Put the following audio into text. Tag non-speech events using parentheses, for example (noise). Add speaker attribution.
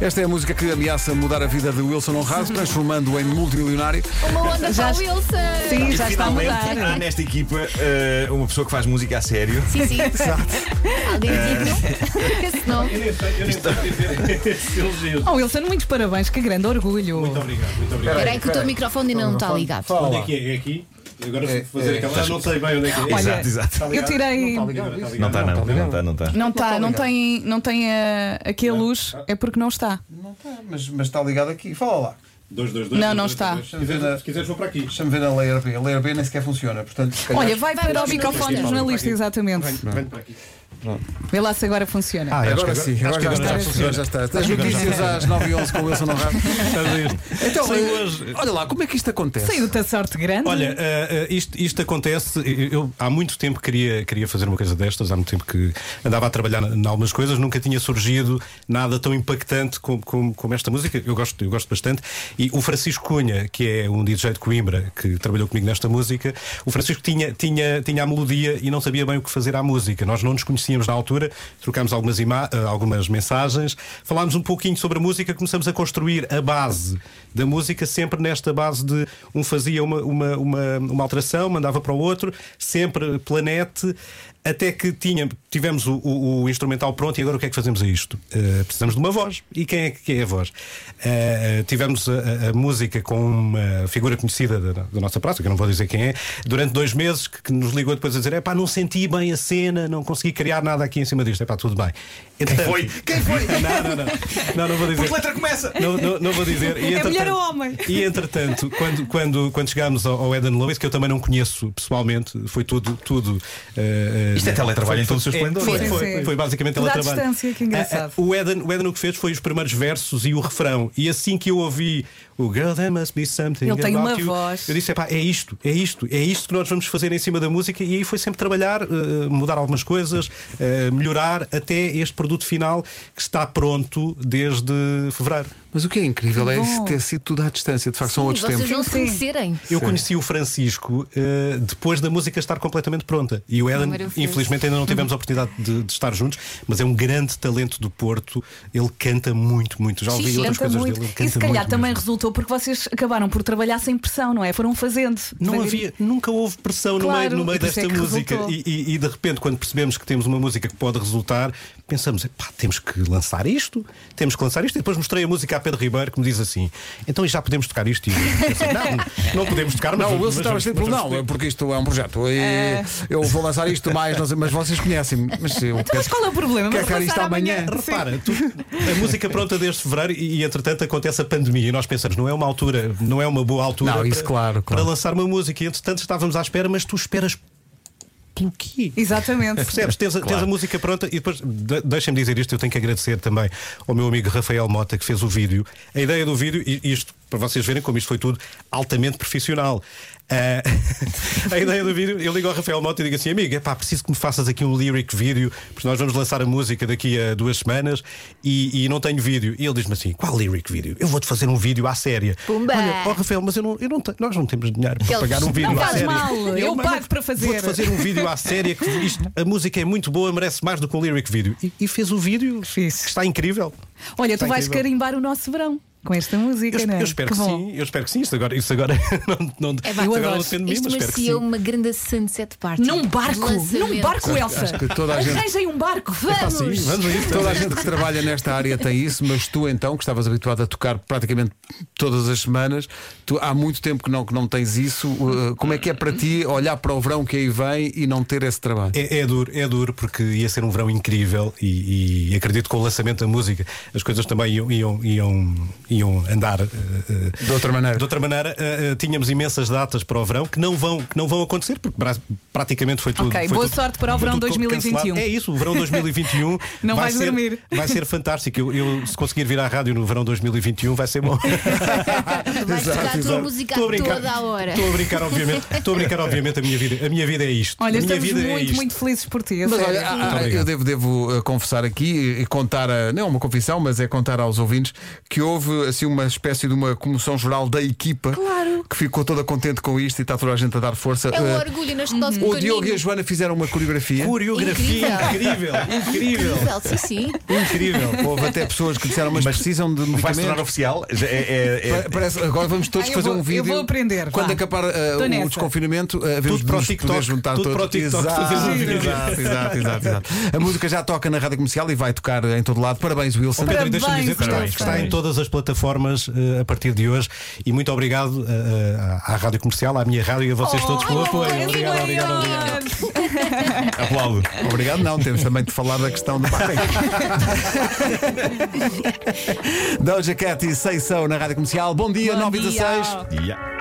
Speaker 1: Esta é a música que ameaça mudar a vida de Wilson Honrado, transformando-o em multimilionário.
Speaker 2: Uma onda
Speaker 3: Já-
Speaker 2: para o Wilson. Ah,
Speaker 3: Sim,
Speaker 4: E
Speaker 3: já está a
Speaker 4: finalmente
Speaker 3: mudar. é?
Speaker 4: há nesta equipa eh, uma pessoa que faz música a sério.
Speaker 2: Sim, sim. Alguém
Speaker 5: É.
Speaker 2: digno. Esse nome.
Speaker 6: Eu nem sei, eu nem sei dizer esse elogio.
Speaker 3: Oh, Wilson, muitos parabéns, que grande orgulho.
Speaker 6: Muito obrigado, muito obrigado.
Speaker 2: Espera aí que o teu microfone ainda não está ligado.
Speaker 1: Fala
Speaker 6: Onde
Speaker 1: lá.
Speaker 6: é que é? É aqui? Eu Agora
Speaker 1: É,
Speaker 6: vou fazer
Speaker 1: é.
Speaker 6: aquela. Ah, não sei bem onde é que é.
Speaker 3: Olha,
Speaker 4: exato, exato.
Speaker 6: Está
Speaker 3: eu
Speaker 6: ligado? tá
Speaker 3: tirei.
Speaker 5: tá-
Speaker 1: ligado isso?
Speaker 4: Não tá. está, não. Não está, não está.
Speaker 3: Não está, não
Speaker 1: ligado.
Speaker 3: tem, não tem a, aqui a luz, é porque não está.
Speaker 1: Não está, mas, mas está ligado aqui. Fala lá.
Speaker 6: Dois, dois, dois.
Speaker 3: Não, não
Speaker 6: dois,
Speaker 3: está.
Speaker 6: dois, dois. Se quiseres- Se quiseres, vou para aqui.
Speaker 1: Deixa-me ver na layer B. A layer B nem sequer funciona. Portanto, se calhar-
Speaker 5: é.
Speaker 3: Olha, vai
Speaker 2: Vamos
Speaker 3: para o
Speaker 2: ao
Speaker 3: microfone do
Speaker 2: jornalista.
Speaker 3: jornalista, exatamente.
Speaker 6: Venho para aqui.
Speaker 3: Vê lá se agora funciona.
Speaker 1: Ah, agora,
Speaker 4: acho que
Speaker 1: sim, agora,
Speaker 4: agora
Speaker 1: já
Speaker 4: já
Speaker 1: está. Já está. As notícias às 9h11 com o Wilson Honrado. Então, eh, olha lá, como é que isto acontece?
Speaker 3: Saiu-te a sorte grande.
Speaker 5: Olha, ah, ah, isto, isto acontece. Eu, eu há muito tempo queria, queria fazer uma coisa destas, há muito tempo que andava a trabalhar em algumas coisas, nunca tinha surgido nada tão impactante como, como, como esta música. Eu gosto, eu gosto bastante. E o Francisco Cunha, que é um DJ de Coimbra, que trabalhou comigo nesta música, o Francisco tinha, tinha, tinha a melodia e não sabia bem o que fazer à música. Nós não nos conhecíamos na altura, trocámos algumas, ima- ah, algumas mensagens, falámos um pouquinho sobre a música, começamos a construir a base da música, sempre nesta base de um fazia uma, uma, uma, uma alteração, mandava para o outro, sempre planete, até que tinha, tivemos o, o- o instrumental pronto e agora o que é que fazemos a isto? Eh, precisamos de uma voz. E quem é que é a voz? Eh, tivemos a, a- a música com uma figura conhecida da, da nossa praça, que eu não vou dizer quem é, durante dois meses, que, que nos ligou depois a dizer: é pá, não senti bem a cena, não consegui criar nada aqui em cima disto. É pá, tudo bem. Então, Entretanto-
Speaker 4: foi? Quem foi?
Speaker 5: Não, não, não. Não, não vou dizer.
Speaker 4: Por que letra começa?
Speaker 5: Não, não, não vou dizer. E,
Speaker 3: É
Speaker 5: entretanto-
Speaker 3: mulher ou homem?
Speaker 5: E entretanto, quando, quando, quando chegámos ao, ao Eden Lewis, que eu também não conheço pessoalmente, foi tudo. tudo eh, eh,
Speaker 4: Isto é teletrabalho em todo o seu
Speaker 5: é,
Speaker 4: esplendor.
Speaker 5: Foi,
Speaker 3: Sim,
Speaker 5: foi,
Speaker 3: sim.
Speaker 5: foi, foi basicamente
Speaker 3: Tudo à
Speaker 5: teletrabalho.
Speaker 3: distância, que engraçado.
Speaker 5: Ah, ah, o, Eden, o Eden o que fez foi os primeiros versos e o refrão. E assim que eu ouvi o Girl, there must be something.
Speaker 3: Ele tem
Speaker 5: about
Speaker 3: uma
Speaker 5: you",
Speaker 3: voz.
Speaker 5: Eu disse: "Epá, é isto, é isto, é isto que nós vamos fazer em cima da música. E aí foi sempre trabalhar, eh, mudar algumas coisas, eh, melhorar até este produto final que está pronto desde fevereiro.
Speaker 1: Mas o que é incrível é
Speaker 3: bom.
Speaker 1: isso ter sido tudo à distância. De facto, são outros
Speaker 2: e vocês
Speaker 1: tempos.
Speaker 2: não se
Speaker 3: Sim, sim.
Speaker 2: conhecerem.
Speaker 5: Eu conheci o Francisco eh, depois da música estar completamente pronta. E o Eden,
Speaker 3: um
Speaker 2: Número fez.
Speaker 5: infelizmente, ainda não tivemos a oportunidade de, de estar juntos, mas é um grande talento do Porto. Ele canta muito, muito. Já ouvi
Speaker 2: Sim,
Speaker 5: outras
Speaker 3: Canta
Speaker 5: coisas
Speaker 3: muito.
Speaker 5: dele. Ele
Speaker 3: E
Speaker 5: canta
Speaker 3: se calhar
Speaker 5: muito
Speaker 3: também
Speaker 5: mesmo.
Speaker 3: resultou porque vocês acabaram por trabalhar sem pressão, não é? Foram fazendo.
Speaker 5: Não
Speaker 3: devagarinho.
Speaker 5: havia, nunca houve pressão no
Speaker 3: Claro,
Speaker 5: meio, no
Speaker 3: e
Speaker 5: meio
Speaker 3: por isso
Speaker 5: desta
Speaker 3: é que
Speaker 5: música.
Speaker 3: resultou.
Speaker 5: E, e- e, de repente, quando percebemos que temos uma música que pode resultar, pensamos: pá, temos que lançar isto, temos que lançar isto. E depois mostrei a música a Pedro Ribeiro que me diz assim: então e já podemos tocar isto? E eu pensei, não, não podemos tocar, mas
Speaker 1: Não, o
Speaker 5: vamos-
Speaker 1: Wilson estava
Speaker 5: mas
Speaker 1: sempre.
Speaker 5: vamos- mas
Speaker 1: Não,
Speaker 5: vamos-
Speaker 1: é porque isto é um projeto. E Eu vou lançar isto mais, não sei, mas vocês conhecem. Mas eu
Speaker 3: Então, mas qual é o problema?
Speaker 1: Quer
Speaker 3: Vamos
Speaker 1: ficar isto
Speaker 3: lançar
Speaker 1: amanhã?
Speaker 3: Sim.
Speaker 5: Repara, tu- a música pronta desde fevereiro e, e, entretanto acontece a pandemia e nós pensamos, não é uma altura, não é uma boa altura
Speaker 1: Não, isso
Speaker 5: para,
Speaker 1: claro, claro.
Speaker 5: para lançar uma música e entretanto estávamos à espera, mas tu esperas pelo quê?
Speaker 3: Exatamente.
Speaker 5: Percebes? Tens, a- tens a música pronta e depois de, deixem-me dizer isto. Eu tenho que agradecer também ao meu amigo Rafael Mota que fez o vídeo. A ideia do vídeo, e isto para vocês verem como isto foi tudo altamente profissional. Ah, (laughs) a ideia do vídeo, eu ligo ao Rafael Mota e digo assim: amigo, epá, preciso que me faças aqui um lyric vídeo, porque nós vamos lançar a música daqui a duas semanas e, e não tenho vídeo. E ele diz-me assim: qual lyric vídeo? Eu vou-te fazer um vídeo à séria.
Speaker 2: Pumba!
Speaker 5: Olha, ó Rafael, mas eu não, eu não tenho- nós não temos dinheiro para
Speaker 2: Ele-
Speaker 5: pagar um
Speaker 2: Não
Speaker 5: vídeo à
Speaker 3: faz
Speaker 5: séria.
Speaker 3: mal, eu
Speaker 5: "Mas
Speaker 3: pago
Speaker 5: vou-te-
Speaker 3: para fazer."
Speaker 5: vou-te fazer um vídeo à séria que isto- a música é muito boa, merece mais do que um lyric vídeo. E, e fez o vídeo.
Speaker 3: Fiz.
Speaker 5: Está incrível.
Speaker 3: Olha, tu
Speaker 5: Está
Speaker 3: vais
Speaker 5: incrível.
Speaker 3: carimbar o nosso verão com esta música,
Speaker 5: Eu,
Speaker 3: não é?
Speaker 5: eu espero que,
Speaker 3: bom.
Speaker 5: sim, eu espero que sim. Isto agora, isso agora (laughs) não, não,
Speaker 2: É,
Speaker 5: isso
Speaker 2: vá, eu
Speaker 5: agora
Speaker 2: adoro.
Speaker 5: não depende de mim,
Speaker 2: Isto
Speaker 5: mas espero que
Speaker 2: merecia
Speaker 5: sim.
Speaker 2: uma grande sunset party.
Speaker 3: Num barco, num
Speaker 2: Lançamento.
Speaker 3: barco, Elsa.
Speaker 1: que toda a gente-
Speaker 3: Arranjem um barco,
Speaker 5: É
Speaker 3: vamos!
Speaker 5: Sim, vamos a isso.
Speaker 1: Toda a gente que trabalha nesta área tem isso, mas tu então, que estavas habituado a tocar praticamente todas as semanas, tu, há muito tempo que não, que não tens isso. uh, como é que é para ti olhar para o verão que aí vem e não ter esse trabalho?
Speaker 5: É, é duro, é duro, porque ia ser um verão incrível e, e acredito que com o lançamento da música as coisas também iam, iam, iam, iam andar eh, eh,
Speaker 1: De outra maneira.
Speaker 5: De outra maneira, eh, eh, tínhamos imensas datas para o verão que não vão, que não vão acontecer, porque bra- praticamente foi tudo.
Speaker 3: Ok,
Speaker 5: foi
Speaker 3: boa
Speaker 5: tudo-
Speaker 3: sorte para o
Speaker 5: foi
Speaker 3: verão
Speaker 5: tudo
Speaker 3: 2021.
Speaker 5: cancelado. É isso, o verão 2021.
Speaker 3: (laughs) Não
Speaker 5: vai
Speaker 3: vais
Speaker 5: ser,
Speaker 3: dormir.
Speaker 5: Vai ser fantástico. Eu, eu, se conseguir vir à rádio no verão 2021, vai ser
Speaker 2: (laughs)
Speaker 5: bom.
Speaker 2: Vais tocar a tua
Speaker 5: Exato.
Speaker 2: música
Speaker 5: Estou a brincar.
Speaker 2: toda a hora.
Speaker 5: Estou a brincar, obviamente. Estou a brincar, obviamente, a minha vida. A minha vida é isto.
Speaker 3: Olha,
Speaker 5: a minha
Speaker 3: estamos
Speaker 5: vida é
Speaker 3: muito,
Speaker 5: isto.
Speaker 3: muito felizes por ti. a
Speaker 1: Mas
Speaker 3: sério.
Speaker 1: olha, há- há- ah, eu
Speaker 5: obrigado.
Speaker 1: devo, devo, uh, confessar aqui e- e contar, a, não é uma confissão, mas é contar aos é ouvintes que houve assim uma espécie de uma comoção geral da equipa
Speaker 2: Claro.
Speaker 1: que ficou toda contente com isto e está toda a gente a dar força.
Speaker 2: É um
Speaker 1: Eh,
Speaker 2: orgulho neste nosso
Speaker 1: o
Speaker 2: pequenino.
Speaker 1: Diogo e
Speaker 5: é
Speaker 1: a Joana fizeram uma coreografia.
Speaker 5: Coreografia incrível, incrível,
Speaker 2: Incrível, sim, sim.
Speaker 5: incrível.
Speaker 1: Houve até pessoas que disseram, mas, precisam de
Speaker 4: Vai se tornar
Speaker 1: medicamentos.
Speaker 4: oficial? Já É, é- é-
Speaker 1: Pa- Parece, agora vamos todos
Speaker 3: Ah, eu
Speaker 1: fazer
Speaker 3: vou-
Speaker 1: um
Speaker 3: eu
Speaker 1: vídeo.
Speaker 3: vou aprender,
Speaker 1: Quando
Speaker 3: vá.
Speaker 1: acabar eh,
Speaker 3: Tô
Speaker 1: o
Speaker 3: nessa.
Speaker 1: desconfinamento, eh, havemos
Speaker 5: Tudo para o
Speaker 1: de nos
Speaker 5: TikTok,
Speaker 1: poder juntar
Speaker 5: tudo
Speaker 1: todos.
Speaker 5: para o TikTok,
Speaker 1: Exato,
Speaker 5: fazer um vídeo.
Speaker 1: exato, exato, exato, exato. A música já toca na rádio comercial e vai tocar em todo lado. Parabéns, Wilson.
Speaker 3: Pedro,
Speaker 5: Pedro, deixa-me dizer que está,
Speaker 3: Parabéns,
Speaker 5: que está
Speaker 3: parabéns.
Speaker 5: em todas as plataformas eh, a partir de hoje. E muito obrigado eh, à, à Rádio Comercial, à minha rádio e a
Speaker 3: Oh,
Speaker 5: vocês todos pelo apoio. Obrigado, obrigado, obrigado.
Speaker 4: aplaudo.
Speaker 1: Obrigado, não. Temos também de falar da questão
Speaker 5: (laughs)
Speaker 1: do pai. Doja Cat e Seição na rádio comercial. Bom dia,
Speaker 3: Bom
Speaker 1: 9 e
Speaker 3: dia.
Speaker 1: 16.
Speaker 4: Yeah.